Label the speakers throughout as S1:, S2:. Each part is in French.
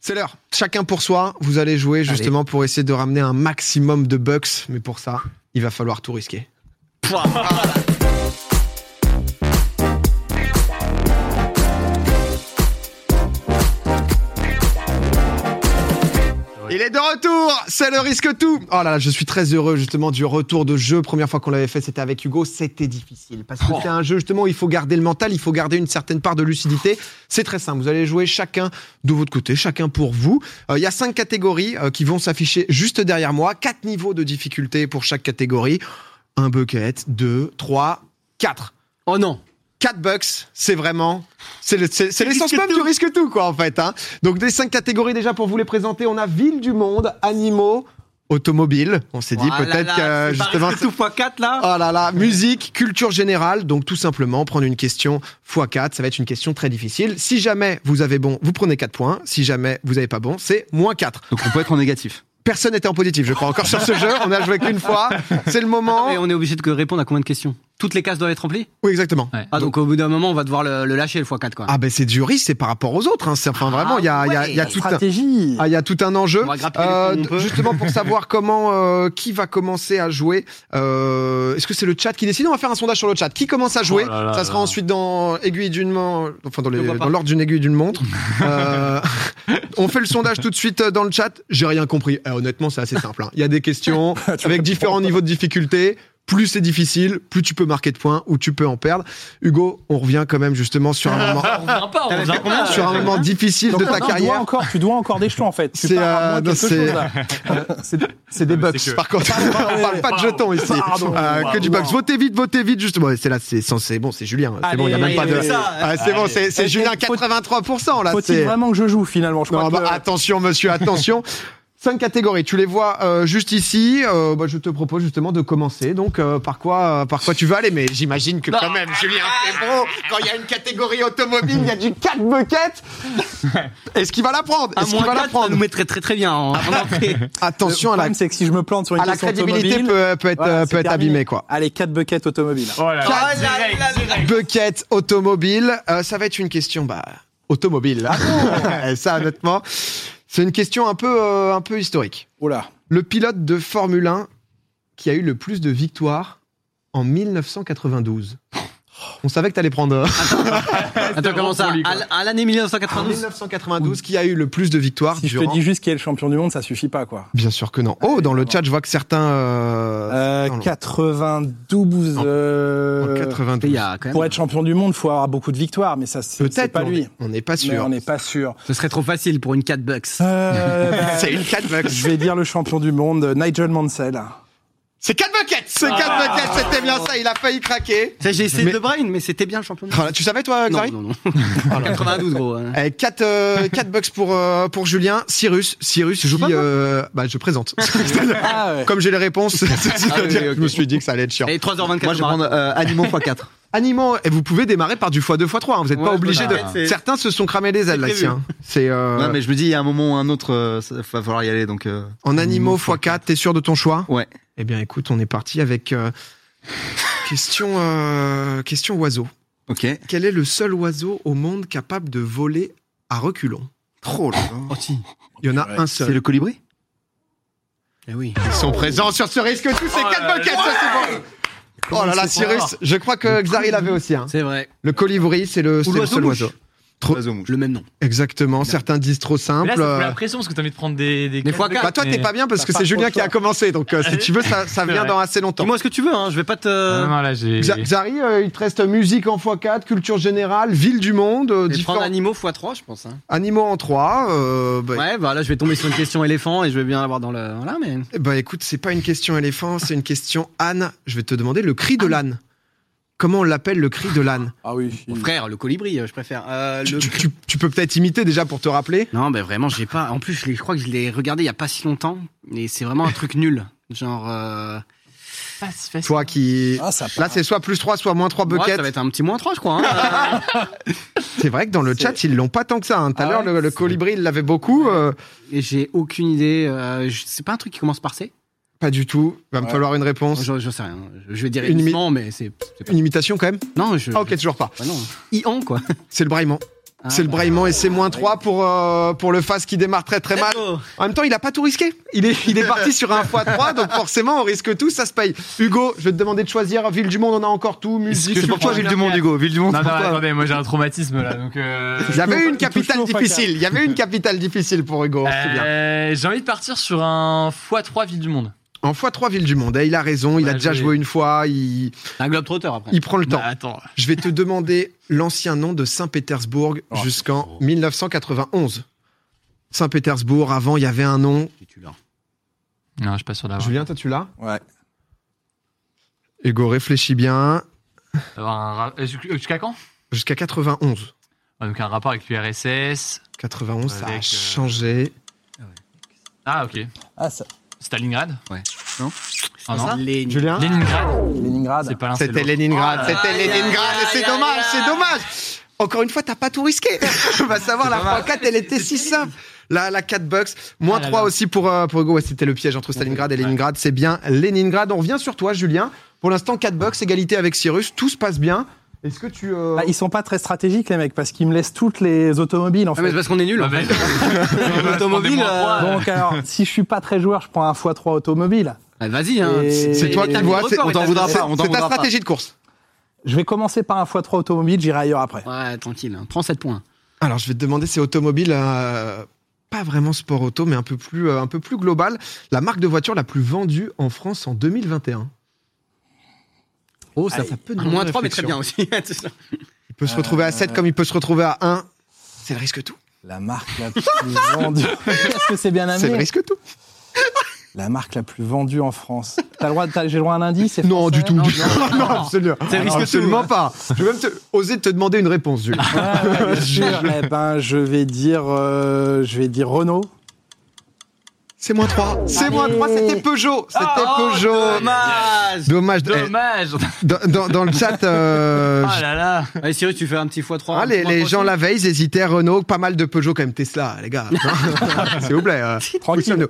S1: C'est l'heure. Chacun pour soi, vous allez jouer justement pour essayer de ramener un maximum de bucks. Mais pour ça, il va falloir tout risquer. Il est de retour, c'est le risque tout. Oh là là, je suis très heureux justement du retour de jeu. Première fois qu'on l'avait fait, c'était avec Hugo, c'était difficile parce que c'est un jeu justement où il faut garder le mental, il faut garder une certaine part de lucidité. C'est très simple, vous allez jouer chacun de votre côté, chacun pour vous. Euh, Il y a cinq catégories euh, qui vont s'afficher juste derrière moi, quatre niveaux de difficulté pour chaque catégorie. Un bucket, deux, trois, quatre.
S2: Oh non
S1: 4 bucks, c'est vraiment, c'est le- c'est- c'est l'essence même du risque tout, quoi, en fait. hein. Donc, des cinq catégories déjà pour vous les présenter. On a ville du monde, animaux, automobile. On s'est
S3: Oh
S1: dit peut-être que justement.
S2: tout x 4 là
S1: Oh là là, musique, culture générale. Donc, tout simplement, prendre une question x4, ça va être une question très difficile. Si jamais vous avez bon, vous prenez 4 points. Si jamais vous n'avez pas bon, c'est moins 4.
S4: Donc on peut être en négatif.
S1: Personne n'était en positif, je crois, encore sur ce jeu. On a joué qu'une fois. C'est le moment.
S2: Oh. Et Ah, on est obligé de répondre à combien de questions Toutes les cases doivent être remplies
S1: Oui, exactement.
S2: Ah donc, au bout d'un moment on va devoir le, le lâcher le x4 quoi.
S1: Ah ben c'est du risque, c'est par rapport aux autres. Hein. C'est- Enfin vraiment, il y a, il y a- il y a tout un...
S5: Stratégie.
S1: Ah, il y a tout un enjeu. Euh,
S2: On va grappiller les fonds, on peut.
S1: justement pour savoir comment, euh, qui va commencer à jouer. Euh, Est-ce que c'est le chat qui décide On va faire un sondage sur le chat. Qui commence à jouer
S3: Oh là là
S1: Ça sera
S3: là.
S1: ensuite dans aiguille d'une man- enfin dans les-
S2: Je vois pas.
S1: dans l'ordre d'une aiguille d'une montre. Euh, on fait le sondage tout de suite euh, dans le chat. J'ai rien compris. Eh, honnêtement, c'est assez simple. hein. Il y a des questions avec différents niveaux de difficulté. Plus c'est difficile, plus tu peux marquer de points ou tu peux en perdre. Hugo, on revient quand même justement sur un moment,
S2: T'avais fait combien Ah,
S1: sur un moment difficile
S5: Donc,
S1: de ta
S5: non, Tu dois
S1: carrière.
S5: encore, tu dois encore des jetons en fait. Tu
S1: C'est,
S5: pars à
S1: euh,
S5: moins
S1: non,
S5: quelque
S1: c'est-
S5: chose, là. C'est c'est des
S3: mais
S5: bugs.
S3: c'est que-
S1: Par contre, on parle pas de jetons ici.
S5: Pardon.
S1: Euh, que du
S5: Pardon.
S1: box. Votez vite, votez vite, justement. C'est là, c'est censé. C'est bon, c'est Julien. C'est bon, il y a même
S5: Allez,
S1: pas de.
S5: c'est
S2: ça,
S1: Ah, c'est bon, c'est c'est
S5: Allez.
S1: Julien 83%. Là,
S5: Eh, Faut-il
S1: Ah, c'est.
S5: vraiment que je joue finalement Je
S1: Non,
S5: crois
S1: bah,
S5: que-
S1: attention, monsieur, attention. Cinq catégories. Tu les vois euh, juste ici. Euh, bah, je te propose justement de commencer. Donc, euh, par quoi, euh, par quoi tu vas aller Mais j'imagine que quand
S5: ah,
S1: même, Julien, c'est bon. Quand il y a une catégorie automobile, il y a du 4 buckets. Est-ce qu'il va la prendre
S2: À
S1: Est-ce qu'il
S2: moins
S1: va la
S2: 4 ça nous
S1: prendre
S2: mettrait très très bien hein. en, en entrée.
S5: Le
S1: Attention à la,
S5: problème, c'est que si je me plante sur une
S1: à la
S5: question
S1: crédibilité
S5: automobile,
S1: peut, peut être,
S5: voilà,
S1: euh,
S5: c'est
S1: peut être
S5: terminé.
S1: abîmée, quoi.
S5: Allez, 4 buckets automobiles.
S3: Oh là là, direct, direct.
S1: Bucket automobile, euh, ça va être une question bah
S5: Ah
S1: automobile. Et ça honnêtement, c'est une question un peu euh, un peu historique.
S5: Oh là.
S1: Le pilote de Formule 1 qui a eu le plus de victoires en 1992. On savait que t'allais prendre euh,
S2: Attends comment ça
S3: pour lui, quoi.
S2: À l- À l'année
S1: Ah,
S2: 1992
S1: 1992 qui a eu le plus de victoires
S5: Si je te
S1: durant-
S5: dis juste qui est le champion du monde, ça suffit pas quoi.
S1: Bien sûr que non. Oh, dans le chat, je vois que certains euh,
S5: Euh,
S1: non, non.
S5: 92.
S1: en
S5: euh,
S1: 92.
S2: Il y a quand
S5: Pour
S2: même.
S5: être champion du monde, faut avoir beaucoup de victoires, mais ça c'est c'est
S1: Peut-être
S5: pas
S1: mais on-
S5: lui.
S1: On n'est pas
S5: Mais
S1: sûr.
S5: on n'est pas sûr.
S2: Ce serait trop facile pour une 4 bucks.
S5: Euh, bah,
S1: C'est une 4 bucks.
S5: je vais dire le champion du monde, euh, Nigel Mansell.
S1: C'est Ah. 4 buckets. C'est 4 buckets, c'était bien ça, il a failli craquer.
S2: Ça, J'ai essayé
S1: Mais-
S2: de brain mais c'était bien le champion. du
S1: Ah là, tu savais toi,
S2: monde.
S1: Xari
S2: Non, non, non. 92 gros. hein.
S1: Eh, 4 euh, quatre bucks pour euh, pour Julien, Cyrus, Cyrus qui, euh, bah je présente. C'est-à-dire,
S5: Ah ouais.
S1: Comme j'ai les réponses, c'est-à-dire
S2: Ah oui,
S1: que
S2: ok.
S1: je me suis dit que ça allait être chiant.
S2: Et 3h24
S4: Moi je vais prendre euh, animaux x4.
S1: Animaux, et vous pouvez démarrer par du x2 x3, hein, vous n'êtes pas
S2: Ouais,
S1: obligé de
S2: t'inquiète, c'est-
S1: certains se sont cramés les ailes là,
S2: prévu.
S1: tiens. C'est euh,
S4: Non mais je me dis il y a un moment ou un autre euh, ça- va falloir y aller donc euh,
S1: en animaux x4, t'es sûr de ton choix
S4: ouais.
S1: Eh bien écoute, on est parti avec euh, question euh, question oiseau.
S4: OK.
S1: Quel est le seul oiseau au monde capable de voler à reculons Trop là.
S2: Oh, si.
S1: Il y en a un
S4: C'est
S1: seul.
S4: le colibri
S2: Eh oui.
S1: Ils sont présents sur ce risque tous ces
S3: Oh
S1: quatre
S3: là
S1: buckets, ça c'est bon. Oh là là, Cyrus, je crois que Xari l'avait aussi. hein.
S2: C'est vrai.
S1: Le colibri, c'est le, c'est le
S2: l'oiseau
S1: seul
S2: mouche.
S1: oiseau. Trop-
S4: Oiseau mouche.
S2: Le même nom.
S1: Exactement, certains disent trop
S3: Mais
S1: simple.
S3: Là, ça fout
S1: euh,
S3: la pression parce que t'as envie de prendre des. Des,
S2: Des fois quatre.
S1: Bah toi t'es pas bien parce
S5: T'as
S1: que
S5: pas
S1: c'est
S5: trop
S1: Julien
S5: le
S1: qui a
S5: choix.
S1: commencé, donc euh, si tu veux ça, ça
S3: C'est
S1: vient
S3: vrai.
S1: dans assez longtemps.
S2: Dis-moi ce que tu veux, hein. je vais pas te.
S3: Non, non, là, j'ai.
S1: Xa- Xari, euh, il te reste musique en x4, culture générale, ville du monde, euh,
S2: Je vais
S1: différents
S2: prendre animaux x3, je pense. hein.
S1: animaux en 3. bah,
S2: Ouais, bah là, je vais tomber sur une question éléphant et je vais bien l'avoir dans le. Voilà, mais.
S1: bah, écoute, c'est pas une question éléphant, c'est une question âne. Je vais te demander le cri de l'âne. Comment on l'appelle le cri de l'âne
S5: Ah oui.
S2: Mon frère, le colibri, euh, je préfère. Euh,
S1: Tu-
S2: le-
S1: tu, tu- tu peux peut-être imiter déjà pour te rappeler.
S2: Non, mais vraiment, j'ai pas. En plus, je, l'ai- je crois que je l'ai regardé il y a pas si longtemps et c'est vraiment un truc nul. Genre. euh,
S3: Pas si facile.
S1: Toi qui.
S5: Ah, ça
S1: Là, c'est soit plus 3, soit moins 3
S2: moi,
S1: buckets.
S2: ça va être un petit moins 3, je crois. hein. Euh,
S1: C'est vrai que dans le chat, ils l'ont pas tant que ça. hein. Tout à
S5: Ah
S1: l'heure,
S5: ouais,
S1: le, le colibri, il l'avait beaucoup. euh,
S2: et j'ai aucune idée. euh, je- c'est pas un truc qui commence par C
S1: pas du tout. Va me
S5: Ouais.
S1: falloir une réponse.
S2: Je, je sais rien. Je je vais dire
S1: Une
S2: uniquement, mais c'est. c'est pas-
S1: Une imitation quand même
S2: Non, je.
S1: Ah, ok, toujours pas.
S2: Bah non. Ian, quoi.
S1: C'est le braillement.
S3: Ah,
S1: C'est le Braillement et c'est moins 3 pour, euh, pour le face qui démarre très très mal. En même temps, il a pas tout risqué. Il est, il est parti sur un x3, donc forcément, on risque tout, ça se paye. Hugo, je vais te demander de choisir Ville du Monde, on a encore tout,
S3: Est-ce
S1: musique.
S3: que je
S4: C'est pour toi,
S3: prends
S4: Ville
S3: la
S4: du Monde,
S3: dernière
S4: Hugo. Ville du Monde,
S3: Non,
S4: c'est
S3: non,
S4: pour toi.
S3: attendez, moi j'ai un traumatisme là, donc. euh,
S1: Il y avait
S5: Touche-nous,
S1: une capitale
S5: touche-nous, Faka.
S1: difficile, il y avait une capitale difficile pour Hugo, c'est bien.
S3: euh, J'ai envie de partir sur un x3 Ville du Monde.
S1: En x3 Ville du Monde, eh, il a raison, il a
S3: Ouais,
S1: déjà
S3: joli.
S1: joué une fois, il,
S2: Un globe trotteur après.
S1: il prend le temps.
S3: Bah, attends.
S1: Je vais te demander l'ancien nom de Saint-Pétersbourg
S3: Oh.
S1: jusqu'en 1991. Saint-Pétersbourg, avant, il y avait un nom.
S2: Ah,
S3: Non, je suis pas sûr d'avoir
S1: Julien, toi, tu l'as
S5: Ouais.
S1: Hugo, réfléchis bien.
S3: d'avoir un. ra- euh, jusqu'- Jusqu'à quand
S1: Jusqu'à 91.
S3: Ouais, Donc un rapport avec l'URSS.
S1: 91, ça a
S3: Avec, euh,
S1: changé.
S3: Ah, ok.
S5: Ah, ça.
S3: Stalingrad
S4: Ouais.
S2: Non
S3: Ah, non.
S2: Les-
S1: Julien
S3: Leningrad
S5: Leningrad.
S3: C'est pas l'un, c'est
S1: C'était
S3: l'autre.
S1: Leningrad,
S3: Ah,
S1: c'était
S2: aïe,
S1: Leningrad,
S2: aïe,
S1: et c'est
S2: aïe,
S1: dommage,
S2: aïe,
S1: c'est
S2: aïe.
S1: dommage. Encore une fois, t'as pas tout risqué. On va savoir, la 3-4, elle était si simple. La, la 4 bucks. Moins
S3: Ah là
S1: 3
S3: là.
S1: aussi pour, euh, pour Hugo. Ouais, c'était le piège entre Stalingrad et Leningrad. C'est bien Leningrad. On revient sur toi, Julien. Pour l'instant, 4 bucks, égalité avec Cyrus. Tout se passe bien. Est-ce que tu. euh,
S5: Bah, ils sont pas très stratégiques, les mecs, parce qu'ils me laissent toutes les automobiles, en
S2: Ah, mais c'est
S5: fait.
S2: parce qu'on est nul.
S3: Bah, bah,
S1: bah,
S2: Automobile.
S3: Prends des moins
S2: euh,
S3: trois.
S5: Donc, alors, si je suis pas très joueur, je prends un x3 automobile.
S2: bah, Vas-y. hein.
S5: Et-
S1: C'est toi
S5: et-
S1: qui
S2: t'as
S1: vois.
S2: mis le
S1: c'est-
S2: record,
S1: on t'en
S2: et t'as-
S1: voudra
S2: c'est-
S1: pas, on t'en
S4: c'est ta
S1: voudra pas.
S4: stratégie
S1: de course.
S5: Je vais commencer par un x3 automobile, j'irai ailleurs après.
S2: Ouais, tranquille. hein. Prends 7 points.
S1: Alors, je vais te demander, c'est automobile, euh, pas vraiment sport auto, mais un peu, plus, euh, un peu plus global. La marque de voiture la plus vendue en France en 2021.
S2: Oh,
S1: ça- ça peut demander
S2: Moins 3, mais très
S1: réflexion.
S2: bien aussi. C'est ça.
S1: Il peut se retrouver à 7 comme il peut se retrouver à 1. C'est le risque tout.
S5: La marque la plus vendue. Est-ce que c'est bien
S1: C'est le
S5: amené
S1: risque tout.
S5: La marque la plus vendue en France. T'as le droit, t'as- j'ai le droit à un indice c'est
S1: Non, du
S5: français
S1: tout.
S2: Non,
S1: Non,
S2: non, non.
S1: absolument.
S2: C'est le risque
S1: Non, absolument pas. Je vais même te- oser te demander une réponse, Jules.
S5: Ouais,
S2: Ah, bah,
S5: ouais, bien sûr. Eh ben, je vais dire, euh, je vais dire Renault.
S1: C'est moins 3. C'est
S5: Allez.
S1: moins 3, c'était Peugeot. C'était
S2: Oh,
S1: Peugeot.
S2: Dommage.
S1: Dommage.
S3: Dommage
S1: Eh, dans, dans- dans le chat, euh,
S3: Ah là là
S2: Allez, Cyrus, tu fais un petit x3.
S1: Ah, les,
S2: Moins
S1: les
S2: trois
S1: gens
S2: aussi.
S1: la veille, ils hésitaient. Renault, pas mal de Peugeot quand même. Tesla, les gars. Non, S'il vous plaît. euh,
S5: Tranquille.
S1: poussez-nous.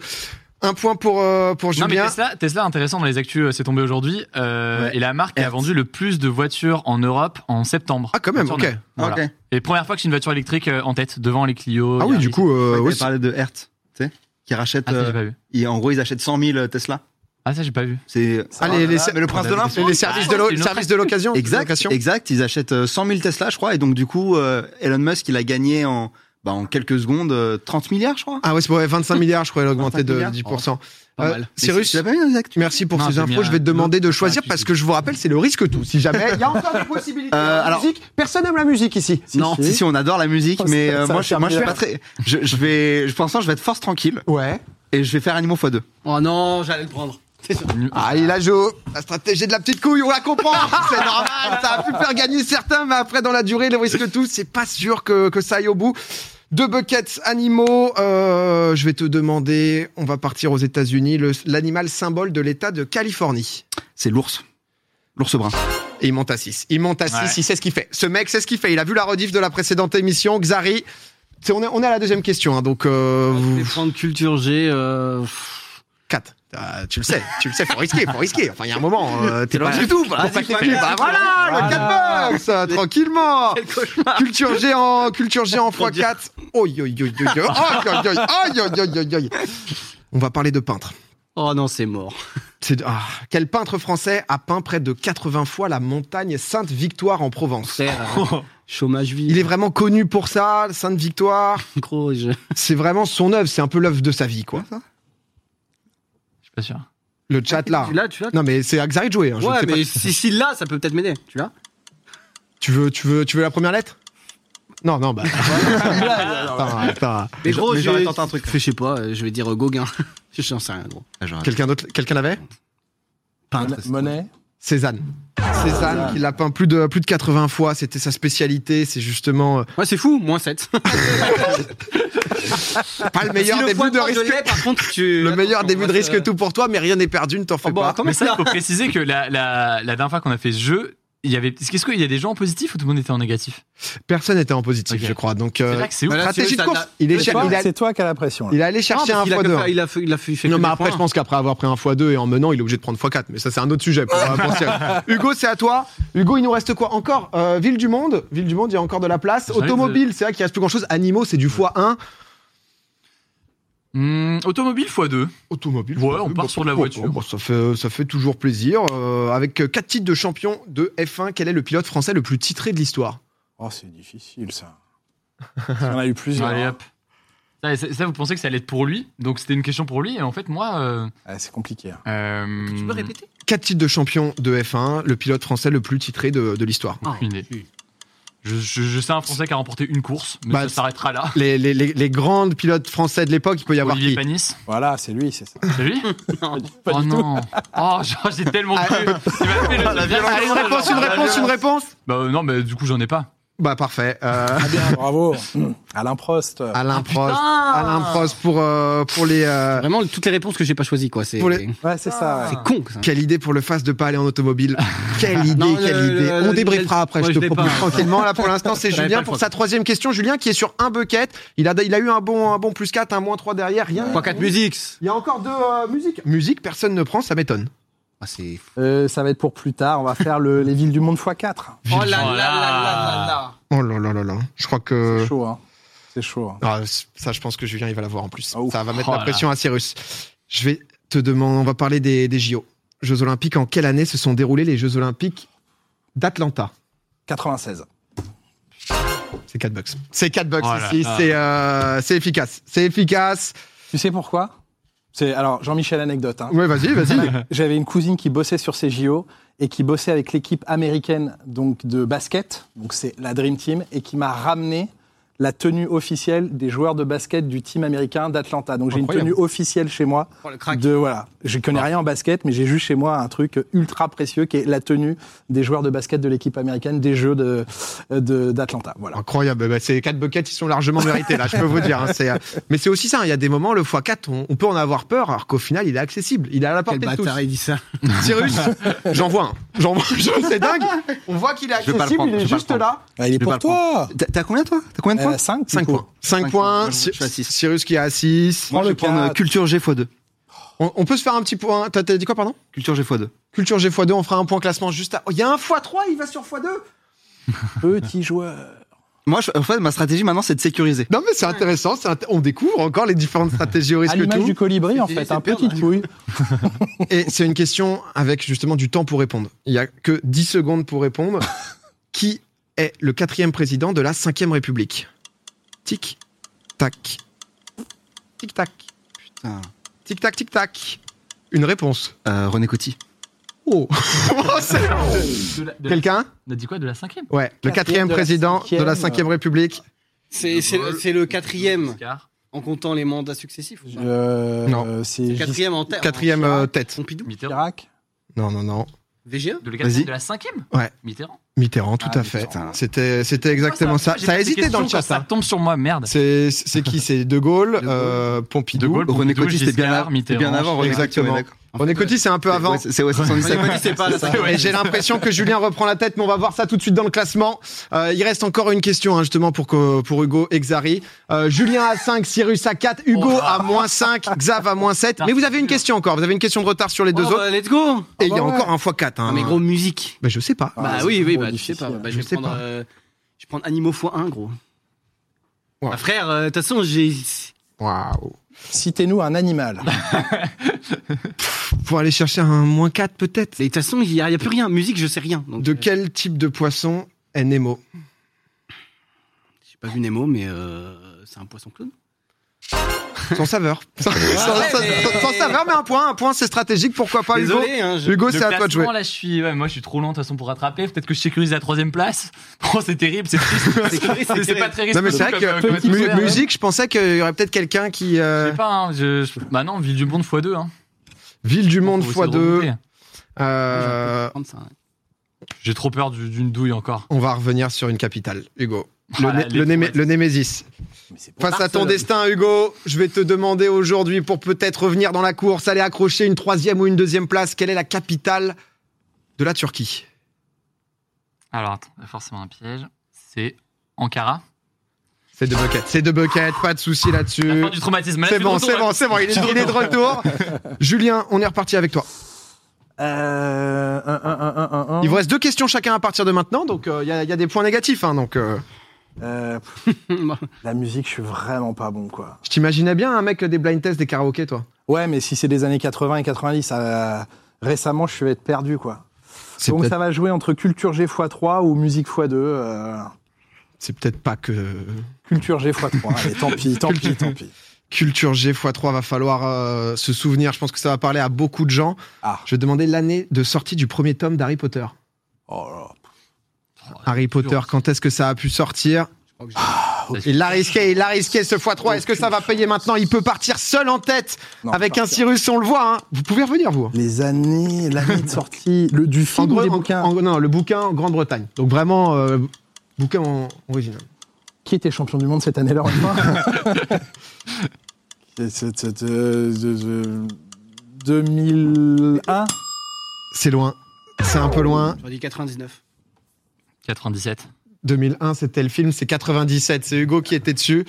S1: Un point pour, euh, pour
S3: Non, mais
S1: Julien.
S3: Tesla, Tesla, intéressant dans les actus, euh, c'est tombé aujourd'hui. euh,
S4: Ouais.
S3: Et la marque qui a
S4: Hertz.
S3: vendu le plus de voitures en Europe en septembre.
S1: ah, quand même,
S3: Voiture
S1: ok.
S3: neuve. Voilà.
S4: Ok.
S3: Et première fois que j'ai une voiture électrique euh, en tête, devant les Clio.
S1: Ah
S3: les
S1: oui, du
S3: Harley.
S1: coup, euh,
S4: Ouais,
S1: ouais,
S4: t'avais parlé de Hertz, tu sais, qui rachète.
S3: Ah, ça,
S4: euh,
S3: j'ai pas vu.
S4: ils- en gros, ils achètent 100 000 Tesla.
S3: Ah, ça, j'ai pas vu.
S4: C'est.
S1: Ah, les- les-
S4: mais le prince de l'info.
S1: c'est les services de, l'o-
S3: c'est une autre
S1: services de l'occasion. de
S4: Exact,
S1: location.
S4: exact. Ils achètent euh, 100 000 Tesla, je crois. Et donc, du coup, euh, Elon Musk, il a gagné en, bah, en quelques secondes euh, 30 milliards, je crois.
S1: Ah ouais, c'est pour ouais, 25 milliards, je crois, elle a augmenté
S4: 25
S1: de
S4: milliards.
S3: Oh,
S1: 10%.
S2: Pas
S1: Euh,
S2: mal. Mais
S1: Cyrus,
S4: Tu l'as pas mis dans les actus
S1: merci pour
S3: Non,
S1: ces
S3: c'est
S1: infos.
S3: bien.
S1: Je vais te demander de
S3: L'autre,
S1: choisir
S3: c'est un
S1: parce que je vous rappelle, c'est le risque tout. Si jamais. Il y a encore des possibilités.
S4: Euh, alors-
S1: musique, personne n'aime la musique ici.
S5: Si,
S4: non, si, si, on adore la musique,
S5: Oh,
S4: mais
S5: ça-
S4: euh,
S5: ça va
S4: moi, je, moi, je suis
S5: faire
S4: pas très. Je, je vais, je, pour l'instant, je vais être force tranquille
S1: Ouais.
S4: et je vais faire Animaux x2.
S2: Oh non, j'allais le prendre.
S1: Ah, il a joué. La stratégie de la petite couille, on la comprend. c'est normal. Ça a pu faire gagner certains, mais après, dans la durée, le risque tout, c'est pas sûr que, que ça aille au bout. Deux buckets animaux. euh, je vais te demander. On va partir aux États-Unis. le- L'animal symbole de l'État de Californie.
S4: C'est l'ours. L'ours brun.
S1: Et il monte à 6. Il monte à 6,
S3: Ouais.
S1: il sait ce qu'il fait. Ce mec sait ce qu'il fait. Il a vu la rediff de la précédente émission. Xari, c'est- on est, on est à la deuxième question, hein, donc euh,
S2: Je vais
S1: vous-
S2: prendre culture G. euh, pff,
S1: 4. Euh, tu le sais, tu le sais, faut risquer, faut risquer. Enfin, il y a un moment, euh, t'es pas
S2: logique.
S1: du tout. Voilà,
S2: Vas-y,
S1: faut pas que
S2: faut
S1: t'aies fait.
S2: aller.
S1: Bah voilà, le 4 bucks, euh, tranquillement.
S2: Quel cauchemar.
S1: Culture géant, culture géant
S2: Pour dire.
S1: x4. Oi, oi, oi, oi, oi, oi, oi, oi, oi, oi, oi, oi. On va parler de peintre.
S2: Oh non, c'est mort.
S1: C'est- ah, quel peintre français a peint près de 80 fois la montagne Sainte-Victoire en Provence
S2: Frère, euh, chômage vie.
S1: Il est vraiment connu pour ça, Sainte-Victoire.
S2: gros. je-
S1: c'est vraiment son œuvre, c'est un peu l'œuvre de sa vie, quoi.
S3: Je suis pas sûr.
S1: Le chat là.
S2: Ah, Tu l'as, tu l'as.
S1: Non mais c'est à Xari de jouer. hein, je ne
S2: ouais,
S1: sais
S2: mais
S1: pas.
S2: si, si là, ça peut peut-être m'aider. Tu l'as
S1: Tu veux, tu veux, tu veux la première lettre Non, non, bah. Attends, attends.
S2: Mais gros,
S4: mais
S2: je
S4: j'aurais tenté un truc.
S2: Je sais pas, euh, je vais dire euh, Gauguin. J'en sais rien, gros.
S1: Quelqu'un d'autre, quelqu'un l'avait Ah,
S5: Monnaie.
S1: Cézanne. Cézanne, qui l'a peint plus de plus de 80 fois. C'était sa spécialité. C'est justement euh,
S2: Ouais, c'est fou, moins 7. Ah,
S1: pas le meilleur début de risque.
S2: par contre, tu.
S1: Le meilleur
S2: Attends,
S1: début de
S2: on va se-
S1: risque tout pour toi, mais rien n'est perdu. Ne t'en fais
S2: Oh, bah,
S1: pas.
S2: quand
S3: Mais
S2: même,
S3: ça, il
S2: ça.
S3: faut préciser que la, la, la dernière fois qu'on a fait ce jeu, il y avait. Est-ce qu'il y a des gens en positif ou tout le monde était en négatif
S1: Euh, Personne n'était en positif,
S3: Ok.
S1: je crois. Donc, euh,
S3: C'est vrai que c'est ouf.
S2: Voilà.
S1: stratégie de
S2: c'est-
S1: course.
S2: t'as-
S1: Il, est
S5: C'est
S1: cher-
S5: toi,
S1: il a-
S5: c'est toi qui as la pression. là.
S1: il est allé chercher un
S2: il, a que
S1: x2.
S2: fait- il a fait, il a fait, il fait
S1: Non,
S2: que
S1: mais
S2: des
S1: après,
S2: points.
S1: je pense qu'après avoir pris un x2 et en menant, il est obligé de prendre x4. Mais ça, c'est un autre sujet. pour- euh, pour Cyril. Hugo, c'est à toi. Hugo, il nous reste quoi encore Euh, Ville du Monde. Ville du Monde, il y a encore de la place.
S3: J'arrive de-
S1: Automobile, c'est vrai qu'il reste plus grand chose. Animaux, c'est du x1.
S3: Hum, automobile x2.
S1: Automobile.
S3: Ouais, on part sur de la
S1: Bon,
S3: voiture.
S1: bon, bon, Bah, ça, fait, euh, ça fait toujours plaisir. Euh, avec euh, quatre titres de champion de F1, quel est le pilote français le plus titré de l'histoire
S5: Oh, c'est difficile ça. Il y en a eu plusieurs.
S3: Allez
S5: hein.
S3: hop. Ça, ça- ça, vous pensez que ça allait être pour lui, donc c'était une question pour lui. Et en fait, moi. euh,
S5: Ah, c'est compliqué. hein.
S3: euh,
S2: Tu peux répéter
S1: Quatre titres de champion de F1, le pilote français le plus titré de, de l'histoire.
S3: Aucune idée. Je, je- je sais un Français qui a remporté une course, mais
S1: Bah,
S3: ça s'arrêtera là.
S1: Les, les, les, les grandes pilotes français de l'époque, il peut y avoir
S3: Olivier
S1: qui
S3: Panis,
S5: Voilà, c'est lui, c'est ça.
S3: c'est lui Oh non Oh, genre, j'ai tellement
S1: Ah,
S3: cru Il m'a fait le-
S1: Allez, une réponse, une réponse, une réponse
S3: Bah euh, non, mais du coup, j'en ai pas.
S1: Bah parfait. Euh,
S5: Ah bien, bravo. Alain Prost.
S1: Alain Prost. Alain Prost pour, euh, pour les. euh,
S2: Vraiment, toutes les réponses que j'ai pas choisies, quoi. C'est
S1: Pour les-
S2: c'est
S5: Ouais, c'est ça. ouais.
S2: con, ça.
S1: Hein. Quelle idée pour le face de pas aller en automobile. Quelle idée,
S2: Non, le-
S1: quelle
S2: le-
S1: idée.
S2: le-
S1: On
S2: le-
S1: débriefera après,
S2: moi,
S1: je te
S2: je l'ai
S1: propose
S2: pas.
S1: tranquillement. Là, pour l'instant, c'est
S2: J'avais pas
S1: Julien
S2: le
S1: pour
S2: choix.
S1: sa troisième question. Julien qui est sur un bucket. Il a, il a eu un bon, un bon plus 4, un moins 3 derrière. Rien. n'est
S2: 3-4
S1: fini.
S2: musiques.
S1: Il y a encore deux euh, musiques. Musique, personne ne prend, ça m'étonne.
S2: Ah, c'est.
S5: Euh, ça va être pour plus tard. On va faire le- les villes du monde x4.
S2: Oh là là
S3: Voilà.
S2: là là là là.
S1: Oh là là là là. Je crois que.
S5: C'est chaud, hein. C'est chaud. hein.
S1: Ah, ça, je pense que Julien, il va l'avoir en plus.
S5: Ah, ouf.
S1: ça va mettre
S3: Oh
S1: la
S3: là.
S1: pression à Cyrus. Je vais te demander, on va parler des, des JO. Jeux Olympiques, en quelle année se sont déroulés les Jeux Olympiques d'Atlanta
S5: 96.
S1: C'est 4 bucks. C'est 4 bucks
S3: Oh là
S1: ici.
S3: là.
S1: C'est
S4: Ah.
S1: euh, c'est efficace. C'est efficace.
S5: Tu sais pourquoi C'est alors Jean-Michel anecdote. hein.
S1: Ouais, vas-y, vas-y.
S5: J'avais une cousine qui bossait sur ces JO et qui bossait avec l'équipe américaine donc de basket, donc c'est la Dream Team, et qui m'a ramené la tenue officielle des joueurs de basket du team américain d'Atlanta. Donc j'ai une
S1: Incroyable.
S5: tenue officielle chez moi.
S2: Oh, le crack.
S5: De voilà, je connais rien en basket, mais j'ai juste chez moi un truc ultra précieux qui est la tenue des joueurs de basket de l'équipe américaine des Jeux de de- d'Atlanta. Voilà.
S1: Incroyable. Bah, ces 4 buckets, ils sont largement mérités, là, je peux vous dire. hein. C'est, euh, Mais c'est aussi ça. hein. Il y a des moments, le x4, on, on peut en avoir peur, alors qu'au final, il est accessible. Il est à la portée
S2: Quel
S1: de tous.
S2: bâtard, il dit ça.
S1: Cyrus, j'en vois un. J'en vois un. C'est dingue. On voit qu'il est
S4: Je vais pas le
S1: accessible,
S4: prendre,
S1: il
S4: je
S1: est
S4: vais pas
S1: juste
S4: le prendre.
S1: là.
S5: Ah, il est
S4: vais pas
S5: pour
S4: le
S5: toi.
S4: T'as- T'as combien, toi
S5: Eh
S4: T'as combien de points
S5: 5
S1: 5 points. 5
S4: Cinq
S1: points.
S4: points. Je suis à six.
S1: Cyrus qui est à 6.
S4: Moi, je vais
S5: Prends le
S4: prendre euh,
S5: quatre.
S4: culture G x2.
S1: On, on peut se faire un petit point. T'as t'as dit quoi, pardon
S4: Culture G x2.
S1: Culture G x2, on fera un point classement juste à. Oh, Il y a un x3, il va sur x2.
S5: Petit joueur.
S4: Moi, je- en fait, ma stratégie maintenant, c'est de sécuriser.
S1: Non, mais c'est intéressant. c'est int- On découvre encore les différentes stratégies au
S5: À
S1: risque
S5: l'image
S1: tout.
S5: du colibri en
S2: C'est-
S5: fait,
S2: c'est
S5: un
S2: perdre,
S5: petit
S2: hein.
S5: couille.
S1: Et c'est une question avec justement du temps pour répondre. Il n'y a que 10 secondes pour répondre. Qui est le quatrième président de la 5 République Tic, tac. Tic, tac.
S4: Putain.
S1: Tic, tac, tic, tac. Une réponse.
S4: Euh, René Coty.
S1: Oh, c'est-
S3: De la- de la-
S1: Quelqu'un
S3: On a dit quoi de la cinquième
S1: Ouais, le
S5: Quatrième
S1: quatrième
S5: de la
S1: président de la 5
S5: cinquième,
S1: République.
S2: C'est c'est le c'est le quatrième
S3: Oscar,
S2: en comptant les mandats successifs. ou pas
S5: Euh,
S1: Non.
S5: euh, C'est Giscard
S2: Quatrième en tête.
S1: Quatrième euh, tête.
S2: Pompidou. E.
S3: Mitterrand.
S5: Chirac.
S1: Non, non, non.
S2: VGE.
S3: De la,
S4: Vas-y.
S3: quatrième, de la cinquième
S1: Ouais.
S3: Mitterrand.
S1: Mitterrand, tout
S5: Ah,
S1: à fait.
S4: Mitterrand.
S1: C'était, c'était exactement
S3: Pourquoi
S1: ça.
S3: J'ai
S1: Ça a
S3: fait des
S1: hésité dans le
S3: questions
S1: chat.
S3: quand Ça
S1: hein.
S3: tombe sur moi, merde.
S1: C'est, c'est qui C'est De Gaulle,
S4: De Gaulle.
S1: euh, Pompidou.
S3: De Gaulle,
S4: René
S3: Pompidou,
S4: Coty, c'était bien,
S3: Giscard,
S4: avant-
S3: Mitterrand,
S4: bien avant René Coty.
S1: Exactement.
S4: ouais, d'accord.
S1: René Coty, c'est un peu avant.
S4: Ouais, c'est ouais, 77.
S2: c'est pas la
S1: Et j'ai l'impression que Julien reprend la tête, mais on va voir ça tout de suite dans le classement. Euh, il reste encore une question, hein, justement, pour, que- pour Hugo Exari. Euh, Julien à 5, Cyrus à 4, Hugo
S3: Oh.
S1: à moins 5, Xav à moins 7. Mais vous avez une question encore. Vous avez une question de retard sur les deux
S2: Oh,
S1: autres.
S2: bah, let's go.
S1: Et il y a
S5: bah ouais.
S1: encore un x4. Hein.
S2: Ah, mais gros, musique.
S1: Bah, je sais pas.
S5: Ah,
S2: Bah
S5: c'est
S2: oui, oui,
S5: trop
S2: bah, tu sais
S5: difficile.
S2: pas. Bah,
S1: Je
S2: je, vais
S1: sais
S2: prendre,
S1: pas.
S2: euh, je vais prendre Animaux x1, gros.
S1: Ouais.
S2: Bah, frère, euh, de toute façon, j'ai.
S1: Waouh.
S5: Citez-nous un animal.
S1: Pour aller chercher un moins 4, peut-être.
S2: De toute façon, il n'y a, il y a plus rien. Musique, je sais rien. Donc,
S1: De
S2: euh,
S1: quel type de poisson est Nemo
S2: J'ai pas vu Nemo, mais euh, c'est un poisson clown.
S1: Sans saveur. Sans, sans-
S2: ouais,
S1: sans-
S2: mais-
S1: sans- sans saveur, mais un point. Un point, c'est stratégique. Pourquoi pas, Hugo
S2: Désolé, hein, je-
S1: Hugo,
S3: Le
S1: c'est à toi de jouer.
S3: classement, Là, je suis, ouais, moi, je suis trop lent de toute façon pour rattraper. Peut-être que je sécurise la troisième place. Oh, c'est terrible, c'est triste.
S2: C'est terrible, c'est
S3: C'est- c'est
S2: terrible.
S3: pas très risqué. euh,
S1: Non, mais c'est vrai que mu- musique, je pensais qu'il y aurait peut-être quelqu'un qui. euh,
S3: Je sais pas, hein, je- je- bah non, Ville du Monde x2. Hein.
S1: Ville du monde
S3: Faut essayer de
S1: x2.
S3: remonter.
S1: euh,
S2: Prendre ça, hein.
S3: J'ai trop peur du- d'une douille encore.
S1: On va revenir sur une capitale, Hugo. Le,
S3: Ah,
S1: né-
S3: les
S1: le, némé-
S3: poètes.
S1: le Némésis.
S5: Mais c'est
S1: Face à ton
S5: Barcelone.
S1: destin, Hugo, je vais te demander aujourd'hui, pour peut-être revenir dans la course, aller accrocher une troisième ou une deuxième place, quelle est la capitale de la Turquie
S3: Alors, attends, il y a forcément un piège. C'est Ankara.
S1: C'est de bucket. C'est de bucket. Pas de souci
S3: La
S1: là-dessus.
S3: fin du traumatisme. Là,
S1: Euh, C'est
S3: de
S1: bon,
S3: retour,
S1: c'est
S3: là.
S1: bon, c'est bon. Il est, il est de retour. Julien, on est reparti avec toi.
S5: Euh, un, un, un, un, un, un.
S1: Il vous reste deux questions chacun à partir de maintenant, donc euh, il y, a- y a des points négatifs. hein, donc, euh,
S5: Euh, la musique, je suis vraiment pas bon, quoi.
S1: je t'imaginais bien un mec des blind tests, des karaokés, toi.
S5: Ouais, mais si c'est des années 80 et 90, euh, récemment, je vais être perdu, quoi.
S1: C'est
S5: Donc
S1: peut-être
S5: ça va jouer entre Culture G x3 ou Musique x2. euh,
S1: c'est peut-être pas que
S5: Culture G x3. Allez, tant pis, tant pis, tant pis.
S1: Culture G x3 va falloir euh, se souvenir. Je pense que ça va parler à beaucoup de gens.
S5: Ah.
S1: Je vais demander l'année de sortie du premier tome d'Harry Potter.
S5: Oh là là.
S1: Harry Potter, quand est-ce que ça a pu sortir Ah, Il l'a risqué, il l'a risqué ce x3. Est-ce que ça va payer maintenant Il peut partir seul en tête
S5: Non,
S1: avec
S5: pas
S1: un Cyrus, on le voit. hein. Vous pouvez revenir, vous.
S5: Les années, l'année de sortie le, du
S1: En
S5: film ou
S1: gros,
S5: des
S1: en-
S5: bouquins.
S1: en- non, le bouquin en Grande-Bretagne. Donc vraiment, euh, bouquin en- original.
S5: Qui était champion du monde cette année-là enfin C'est- c'est- c'est, euh, de- de- 2001
S1: C'est loin. C'est un peu loin.
S2: J'aurais dit 99.
S3: 97.
S1: 2001, c'était le film. C'est 97. C'est Hugo qui était dessus.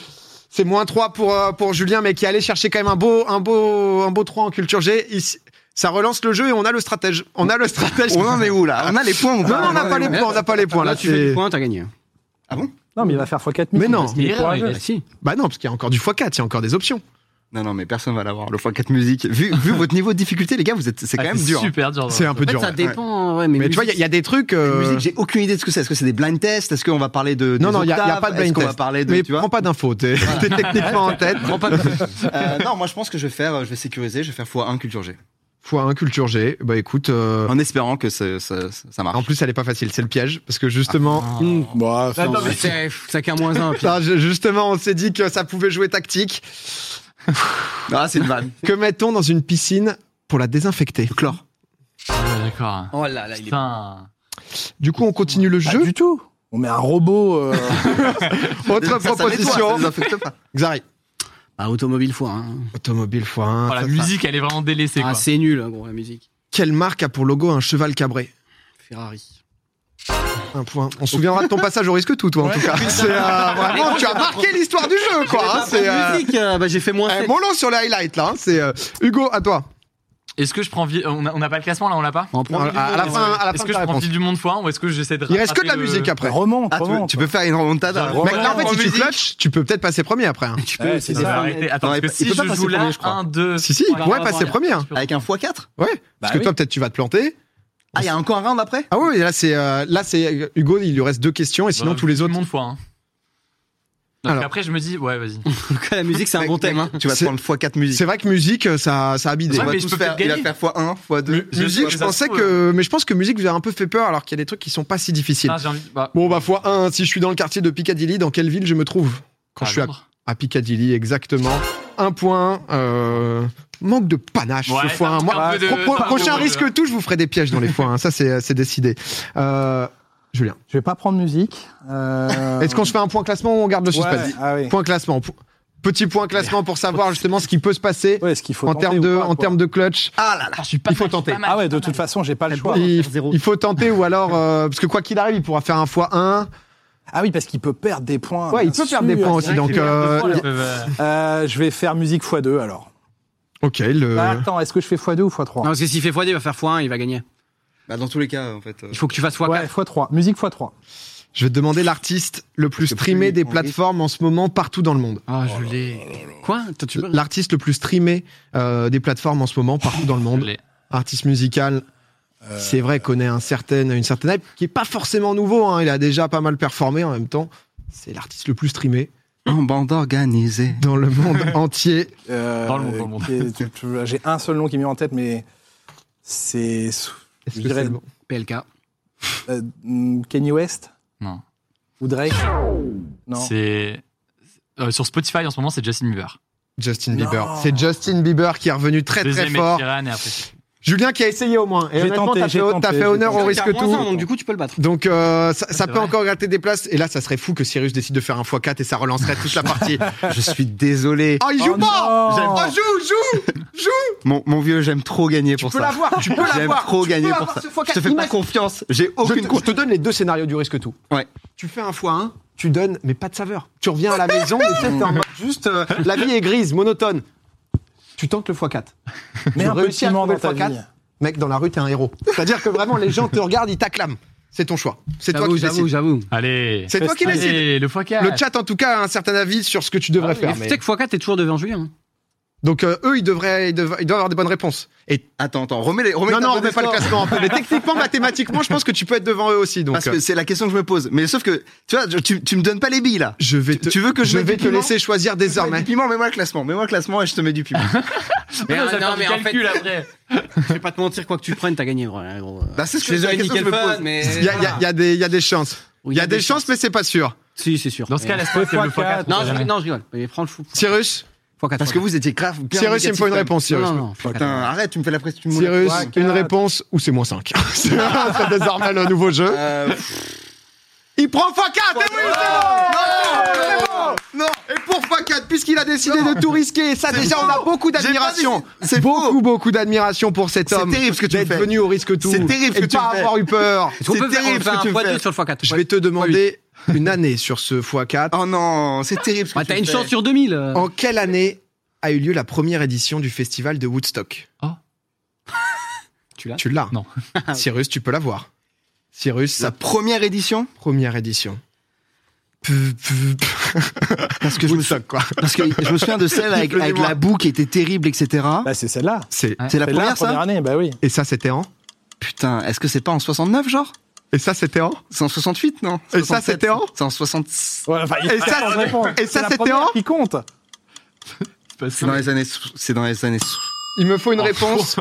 S1: C'est moins 3 pour, euh, pour Julien, mais qui allait chercher quand même un beau, un beau, un beau 3 en culture G. Ici, ça relance le jeu et on a le stratège. On a le stratège.
S4: On en est où là On a les points ou
S1: Non,
S4: pas
S1: on n'a pas les points, on n'a pas les points.
S2: Là,
S1: Là,
S2: tu fais
S1: c'est...
S2: du point, t'as gagné.
S5: Non, mais il va faire x4
S1: Mais non.
S5: parce qu'il est
S3: Il est
S5: courageux.
S3: là,
S2: Ah, si.
S1: Bah non, parce qu'il y a encore du x4, il y a encore des options.
S4: Non, non, mais personne va l'avoir. Le x4 musique. Vu, vu votre niveau de difficulté, les gars, vous êtes, c'est quand
S3: Ah,
S4: même
S3: c'est
S4: dur. hein.
S3: Super dur.
S1: hein. C'est un peu
S2: En fait,
S1: dur.
S2: ça
S1: ouais.
S2: dépend. Ouais, mais
S1: Mais tu vois, il y a- il y, a des trucs. euh,
S4: Musique, j'ai aucune idée de ce que c'est. Est-ce que c'est des blind tests Est-ce qu'on va parler de
S1: Non,
S4: des
S1: non, il n'y a, y a
S4: octaves
S1: pas de blind
S4: Est-ce qu'on va
S1: test.
S4: parler de
S1: mais
S4: tu vois
S1: prends pas d'infos, t'es t'es techniquement en tête.
S4: Euh, Non, moi je pense que je vais faire, euh, je vais sécuriser, je vais faire x1 culture G,
S1: Fois 1 culture G, bah écoute, euh,
S4: en espérant que ça, ça- ça marche.
S1: en plus elle est pas facile, c'est le piège, parce que
S3: Ah,
S1: justement,
S3: Oh,
S5: Mmh, bah,
S2: Attends,
S5: enfin,
S2: mais c'est- ça qu'un moins un. puis-
S1: Putain, je- justement on s'est dit que ça pouvait jouer tactique.
S4: Ah, c'est une vanne.
S1: Que met-on dans une piscine pour la désinfecter
S4: Le chlore.
S3: Ah, D'accord.
S2: Oh là là, il est.
S3: Putain. Oh,
S1: Du coup on continue le
S5: pas
S1: jeu.
S5: du tout. On met un robot. euh,
S1: Autre
S4: Ça, ça nettoie, ça
S1: proposition.
S4: désinfecte pas.
S1: Xari.
S2: Bah, automobile fois. Hein.
S1: Automobile fois 1.
S3: Oh, la musique, elle est vraiment délaissée.
S2: Ah,
S3: quoi.
S2: c'est nul, hein, gros, la musique.
S1: Quelle marque a pour logo un cheval cabré
S2: Ferrari.
S1: Un point. On se souviendra de ton passage au risque tout, toi, en tout cas. C'est euh, vraiment, tu as marqué l'histoire du jeu, quoi. hein, c'est, euh,
S2: musique, euh, bah, j'ai fait moins
S1: eh,
S2: sept.
S1: mon long sur les highlights, là. hein, c'est euh, Hugo, à toi.
S3: Est-ce que je prends. vi- On a- on n'a pas le classement là, on l'a pas
S2: On
S1: Non,
S2: prend
S1: à,
S2: le
S1: à la
S2: jeu,
S1: fin, à la
S3: Est-ce
S1: fin
S3: que
S1: de
S3: je
S1: ta
S3: prends
S1: réponse.
S3: Ville du Monde fois un, ou est-ce que j'essaie de
S1: Il reste que de la
S3: rattraper le-
S1: musique hein. après.
S5: remonte,
S4: Ah, tu, veux-
S5: remonte.
S4: tu peux faire une remontada.
S5: Genre,
S1: Mec, là, en fait,
S4: En
S1: si tu
S4: musique.
S1: clutches, tu peux peut-être passer premier après. hein.
S2: Tu
S5: Ouais,
S2: peux, c'est
S5: c'est
S3: Non,
S2: des
S3: mais
S5: ça.
S2: femmes.
S3: arrêtez, Attends,
S4: Non,
S3: parce que
S4: il peut- il
S3: si
S4: peut pas
S3: je
S4: passer
S3: joue là,
S4: premier, je crois.
S3: 1, 2.
S1: Si, si, il pourrait passer premier. hein.
S4: Avec un x4
S1: Ouais,
S3: Bah
S1: parce que
S5: oui.
S1: toi, peut-être, tu vas te planter.
S4: Ah, il y a encore un round après
S1: Ah oui, là, c'est euh, là, c'est euh, Hugo, il lui reste deux questions et sinon, tous les autres.
S3: Bah, Monde fois 1.
S1: Alors.
S3: Après, je me dis, ouais, vas-y.
S2: Donc, la musique, c'est un bon
S4: Mec,
S2: thème.
S4: mec,
S2: hein.
S4: Tu vas te
S1: C'est-
S4: prendre x4 musique.
S1: C'est vrai que musique, euh, ça, ça a bidé.
S3: Ouais,
S4: On va
S3: mais je
S4: tous
S3: peux
S4: faire-
S3: peut-être
S4: Il va
S3: gagner.
S4: faire x1, x2.
S3: Mu-
S1: Musique, je
S3: ça se
S1: pensais
S3: trouve, euh,
S1: que. Mais je pense que musique vous a un peu fait peur alors qu'il y a des trucs qui sont pas si difficiles.
S3: Ah, j'ai envie. Bah,
S1: Bon, bah, fois 1, si je suis dans le quartier de Piccadilly, dans quelle ville je me trouve Quand
S3: à
S1: je suis à,
S3: Londres.
S1: à Piccadilly, exactement. Un point. euh, Manque de panache,
S3: Ouais,
S1: ce fois
S3: t'as
S1: 1.
S3: un
S1: Moi,
S3: peu de-
S1: pro- pro-
S3: t'as un peu
S1: prochain
S3: de-
S1: risque touche, je vous ferai des pièges dans les fois 1. Ça, c'est c'est décidé. Euh, Julien.
S5: Je vais pas prendre musique. euh,
S1: Est-ce qu'on se fait un point classement ou on garde le
S5: ouais,
S1: suspense
S5: ah oui.
S1: Point classement. P- Petit point classement pour savoir justement ce qui peut se passer
S5: Ouais, est-ce qu'il faut
S1: en
S5: tenter
S1: termes
S5: ou
S1: de,
S5: pas,
S1: en
S5: quoi
S1: termes de clutch.
S4: Ah là là.
S3: Ah, je suis pas
S1: Il faut
S3: mal, je suis
S1: tenter.
S3: pas mal,
S5: Ah ouais,
S3: je suis
S5: de
S3: pas
S5: toute
S3: mal.
S5: façon, j'ai pas le choix.
S1: Il,
S2: zéro.
S1: il faut tenter ou alors euh, parce que quoi qu'il arrive, il pourra faire un fois 1
S5: Ah oui, parce qu'il peut perdre des points.
S1: Ouais, il
S5: Ah,
S1: peut perdre
S5: bien
S1: des
S5: sûr.
S1: points aussi. Donc, euh,
S3: Ils peuvent, euh,
S5: Euh, je vais faire musique x2 alors.
S1: ok, le.
S5: Ah, attends, est-ce que je fais x2 ou x3
S2: Non, parce que s'il fait x2, il va faire x1, il va gagner.
S4: Bah, dans tous les cas, en fait. euh,
S2: Il faut que tu fasses x4.
S5: Ouais, x3. Musique x3.
S1: Je vais te demander l'artiste le plus
S4: Parce que plus
S1: streamé
S4: il
S1: des
S4: prend
S1: plateformes en ce moment partout dans le monde.
S2: Ah, je l'ai. Quoi Toi, tu peux
S1: L'artiste le plus streamé euh, des plateformes en ce moment partout dans le
S3: je
S1: monde.
S3: l'ai.
S1: Artiste musical.
S5: Euh,
S1: C'est vrai qu'on est un certain, une certaine hype qui est pas forcément nouveau. hein, il a déjà pas mal performé en même temps. C'est l'artiste le plus streamé
S4: En bande organisée.
S1: dans le monde entier.
S5: Euh,
S3: Dans le monde, dans le monde.
S5: qui est- tu- tu- J'ai un seul nom qui m'est en tête, mais c'est
S1: Est-ce
S5: Je
S1: que
S5: dirais
S1: c'est bon
S2: PLK.
S5: euh, mm, Kanye West
S3: Non.
S5: ou Drake Non.
S3: C'est. euh, sur Spotify en ce moment, c'est Justin Bieber.
S1: Justin
S5: Non.
S1: Bieber. C'est Justin Bieber qui est revenu très très
S3: Deuxième Ed
S1: fort.
S3: Sheeran et après.
S1: Julien qui a essayé au moins. Et
S5: J'ai
S1: honnêtement,
S5: tenté,
S1: t'as
S5: j'ai
S1: fait,
S5: tenté,
S1: t'as fait
S5: j'ai
S1: honneur
S5: tenté.
S1: au risque
S2: T'as moins un,
S1: tout.
S2: donc du coup, tu peux le battre.
S1: Donc euh, ça, ça
S3: C'est
S1: peut
S3: vrai.
S1: encore gratter des places. Et là, ça serait fou que Cyrus décide de faire un x4 et ça relancerait toute la partie.
S4: Je suis désolé.
S1: Oh, il joue
S5: Oh
S1: pas
S5: non
S1: Oh, joue, joue, joue
S4: Mon, mon vieux, j'aime trop gagner
S1: Tu
S4: pour
S1: peux
S4: ça.
S1: l'avoir, tu peux
S4: J'aime
S1: l'avoir.
S4: trop
S1: tu peux
S4: gagner
S1: l'avoir,
S4: pour ça.
S1: ce x4.
S4: Je te fais pas
S1: Imagine-
S4: confiance. J'ai
S1: Je
S4: aucune
S1: te, je
S4: confiance.
S1: te donne les deux scénarios du risque tout.
S4: Ouais.
S1: Tu fais un x1, tu donnes, mais pas de saveur. Tu reviens à la maison, mais tu sais, t'es en mode juste, euh, la vie est grise, monotone. Tu tentes le x4.
S5: Mets un
S1: réussis
S5: petit
S1: à
S5: mort dans
S1: trouver
S5: ta
S1: le x4.
S5: vie.
S1: Mec, dans la rue, t'es un héros. C'est-à-dire que vraiment, les gens te regardent, ils t'acclament. C'est ton choix. C'est toi
S2: J'avoue,
S1: qui
S2: j'avoue,
S1: décides.
S2: j'avoue.
S3: Allez.
S1: C'est toi qui
S3: Allez,
S1: décides.
S3: le x4.
S1: Le chat, en tout cas, a un certain avis sur ce que tu devrais
S3: Ah oui,
S1: faire.
S2: Tu
S1: mais-
S2: sais que x4, t'es toujours devant Julien. hein.
S1: Donc, euh, eux, ils, devraient, ils, devraient- ils doivent avoir des bonnes réponses. Et
S4: Attends, attends, remets les. Remets
S1: non,
S4: les
S1: non, on
S4: tableaux
S1: ne
S4: des
S1: pas le
S4: scores.
S1: classement. mais techniquement, mathématiquement, je pense que tu peux être devant eux aussi. Donc,
S4: Parce
S1: euh,
S4: que c'est la question que je me pose. Mais sauf que, tu vois, je- tu, tu me donnes pas les billes là.
S1: je vais
S4: Tu-
S1: te,
S4: tu veux que je
S1: je
S4: mette
S1: vais
S4: du
S1: te
S4: piment
S1: laisser choisir
S4: Mets-moi
S1: désormais.
S4: du piment, mets-moi le classement. Mets-moi le classement et je te mets du piment.
S3: Mais
S2: Mais
S3: non,
S2: non,
S3: ça
S2: non,
S3: fait
S2: mais
S3: du
S2: en
S3: calcul après.
S2: Je vais pas te mentir, quoi que tu prennes, t'as gagné. gros, hein, gros.
S4: Bah, c'est ce
S2: Je
S4: que-
S2: suis
S4: c'est la
S2: désolé,
S4: question que
S2: nickel
S4: je me
S2: fun,
S4: pose.
S2: mais.
S1: Il y a, il y a- il y a des- il y a des chances. Il y a des chances, mais c'est pas sûr.
S2: Si, c'est sûr.
S3: Dans ce cas,
S2: Mais-
S3: laisse-moi faire le x4.
S2: Non,
S3: on sait
S2: je,
S3: jamais.
S2: non, je rigole. Mais prends le fou.
S1: Cyrus
S2: x4.
S4: Parce que vous étiez grave. bien
S1: Cyrus, il me faut une
S4: négatif,
S1: réponse,
S2: Non,
S1: Cyrus.
S2: non, non.
S4: quand même. Putain, arrête, tu me fais la pression. tu me mets la-
S1: Cyrus,
S5: Trois, quatre.
S1: une réponse ou c'est moins 5. c'est c'est désormais le nouveau jeu.
S4: Euh,
S1: Il prend x4 et oui, c'est bon Non, c'est bon Non Et pour x4, puisqu'il a décidé de tout risquer, ça déjà, on a beaucoup d'admiration.
S4: C'est
S1: beaucoup, beaucoup d'admiration pour cet
S4: C'est
S1: homme.
S4: terrible ce que tu me
S1: D'être
S4: fais.
S1: venu au risque tout.
S4: C'est terrible ce
S1: et
S4: que
S1: de
S4: tu
S1: pas
S4: me fais.
S1: avoir eu peur.
S2: Est-ce qu'on
S4: C'est
S2: peut faire- on peut
S4: terrible
S2: faire
S4: ce que
S2: un
S4: tu me
S2: x2
S4: fais.
S2: sur le x4.
S1: Je
S2: Ouais.
S1: vais te demander une année sur ce x4.
S4: Oh non, c'est terrible. ce que
S1: Bah,
S2: Ouais,
S4: tu
S2: Bah, T'as
S4: me
S2: une
S4: fais.
S2: chance sur 2000. euh.
S1: En quelle année a eu lieu la première édition du festival de Woodstock
S3: Ah.
S2: Tu l'as
S1: Tu l'as. Ah,
S3: Non.
S1: Cyrus, tu peux l'avoir. Cyrus,
S4: La
S1: sa
S4: première édition
S1: première édition. Parce que
S4: je me
S1: Woodstock, quoi.
S4: Parce que je me souviens de celle avec, avec
S1: Excusez-moi.
S4: la boue qui était terrible, etc.
S5: Bah, c'est celle-là.
S1: C'est
S4: C'est la
S5: C'est la
S4: première,
S5: première
S4: ça
S5: année, bah oui.
S1: Ah. et ça c'était en
S4: Putain, est-ce que c'est pas en 69, genre
S1: et ça c'était en
S4: C'est en 68, non
S1: Et ça,
S4: 67,
S1: c'était en
S4: C'est en 66.
S5: Ouais, enfin, il
S1: Et
S5: faut
S1: ça,
S5: attendre de répondre.
S1: et ça,
S5: C'est la
S1: c'était
S5: première
S1: en
S5: qui compte.
S4: C'est dans les années. so- C'est dans les années. so-
S1: Il me faut une réponse.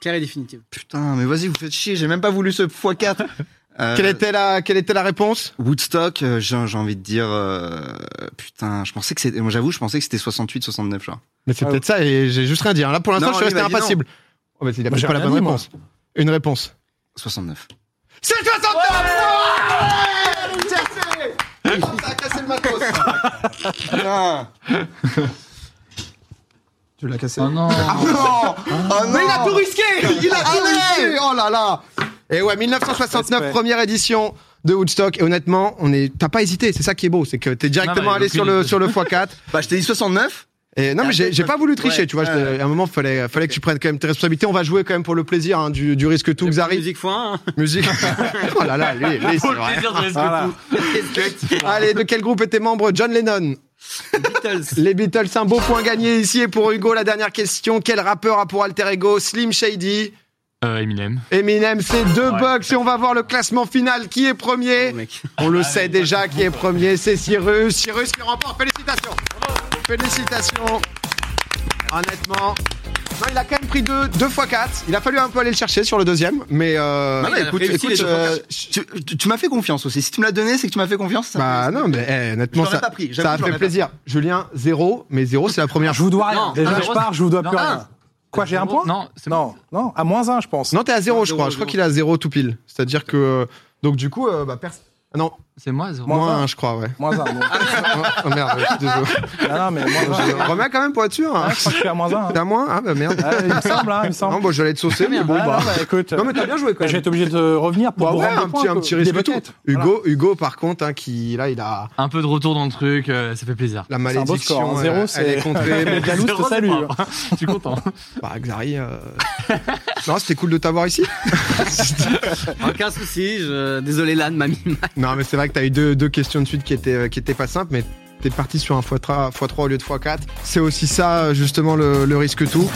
S2: Claire et définitive.
S4: Putain, mais vas-y, vous faites chier, j'ai même pas voulu ce x4. Euh,
S1: Quelle était la quelle était la réponse
S4: Woodstock, euh, j'ai j'ai envie de dire. euh, putain, je pensais que c'était. Moi, j'avoue, je pensais que c'était 68, 69, genre.
S1: Mais c'est
S5: Ah,
S1: peut-être ça et j'ai juste rien dit. hein. Là pour l'instant
S4: Non,
S1: je suis
S4: oui,
S1: resté
S4: bah, dis
S1: impassible. Oh, bah, il a
S5: Moi,
S1: peut-être
S5: j'ai
S1: pas la
S5: rien
S1: bonne
S5: dit, moi.
S1: réponse. Une réponse.
S4: 69.
S1: C'est 69 Ouais, le TRC Oh, ça a cassé le matos.
S4: Ah
S1: Tu l'as cassé.
S3: Oh non.
S1: Ah,
S4: non Oh non
S1: Mais il a tout risqué Il
S3: Ah
S1: a tout risqué Oh là là Et ouais, 1969,
S5: Respect.
S1: première édition de Woodstock. Et honnêtement, on est, t'as pas hésité. C'est ça qui est beau, c'est que t'es directement
S3: Non, mais
S1: allé sur le
S3: aucune-
S1: sur le x4.
S4: Bah, je t'ai dit 69.
S1: Et non, mais j'ai j'ai pas voulu tricher,
S4: Ouais,
S1: tu vois. je-
S4: ouais.
S1: À un moment, fallait, fallait que tu prennes quand même tes responsabilités. On va jouer quand même pour le plaisir hein, du, du risque tout, Xari.
S2: Musique hein. x1.
S1: Musique. oh là là, lui, lui, c'est
S3: Pour le
S1: vrai.
S3: plaisir de risque
S5: Voilà.
S3: tout.
S1: Allez, de quel groupe étaient membres John Lennon
S2: Beatles.
S1: Les Beatles, un beau point gagné ici. Et pour Hugo, la dernière question quel rappeur a pour alter ego Slim Shady
S3: Euh, Eminem.
S1: Eminem, c'est deux
S3: Ouais.
S1: bucks. Et on va voir le classement final. Qui est premier
S2: Oh, mec.
S1: On le sait déjà qui est premier, c'est Cyrus. Cyrus qui remporte, félicitations. Félicitations. Honnêtement. Non, il a quand même pris deux, deux fois quatre. Il a fallu un peu aller le chercher sur le deuxième, mais euh,
S4: Ah
S2: il
S4: ouais,
S2: a
S4: écoute,
S2: réussi les
S4: écoute
S2: deux
S4: euh, tu, tu- tu m'as fait confiance aussi. Si tu me l'as donné, c'est que tu m'as fait confiance. ça
S1: bah
S4: me-
S1: non, mais eh, honnêtement,
S4: Je l'aurais
S1: ça,
S4: pas pris, j'avoue,
S1: ça a
S4: je
S1: fait
S4: l'aurais
S1: plaisir. Julien, zéro, mais zéro, c'est la première
S5: Je vous dois rien.
S2: Non,
S5: Déjà,
S3: un
S5: je
S3: zéro.
S5: pars, je vous dois
S3: Non,
S5: plus
S3: un.
S5: rien. Quoi, j'ai un point
S3: Non, c'est bon.
S5: Non, non, à moins un, je pense.
S1: Non, t'es à zéro,
S4: Non,
S1: je
S4: zéro,
S1: crois. Je crois
S4: zéro.
S1: qu'il est à zéro tout pile. C'est-à-dire que. euh, Donc, du coup, euh, bah, personne. Non,
S3: C'est moi, zéro.
S5: Moi. Moins
S1: moins
S5: un.
S1: un, je crois, ouais.
S5: Moins un. donc.
S1: Oh, merde, je suis désolé.
S5: Non, non, mais moins un.
S1: Je remets quand même pour être sûr.
S5: Ah,
S1: Hein.
S5: je crois que je suis à moins un. hein.
S1: T'es à moins Ah, bah merde.
S5: Ah, il me semble, hein, il me semble.
S1: Non, bon, j'allais te saucer, mais bon,
S5: Ah,
S1: bah.
S5: non, bah, écoute,
S1: Non, mais t'as bien joué quand
S5: je
S1: même.
S5: vais être obligé de revenir pour
S1: Bah
S5: vous
S1: ouais,
S5: rendre
S1: un
S5: des points,
S1: petit, un
S5: quoi.
S1: petit risque
S5: Des
S1: tout.
S5: buckets.
S1: Hugo,
S5: Voilà.
S1: Hugo, par contre, hein, qui là, il a
S3: Un peu de retour dans le truc, euh, ça fait plaisir.
S1: la
S5: C'est un beau
S1: malédiction.
S5: score. hein.
S1: euh,
S5: Zéro,
S1: elle est
S5: c'est.
S1: contrée.
S5: Le jaloux
S3: Zéro,
S5: te
S3: c'est
S5: salue.
S3: pas. Je suis content.
S1: bah, Xari, euh, non, c'était cool de t'avoir ici.
S2: Aucun souci. je- Désolé, Lan, mamie.
S1: non, mais c'est vrai que t'as eu deux, deux questions de suite qui étaient, euh, qui étaient pas simples, mais t'es parti sur un x3, x3 au lieu de x4. C'est aussi ça, euh, justement, le, le risque tout.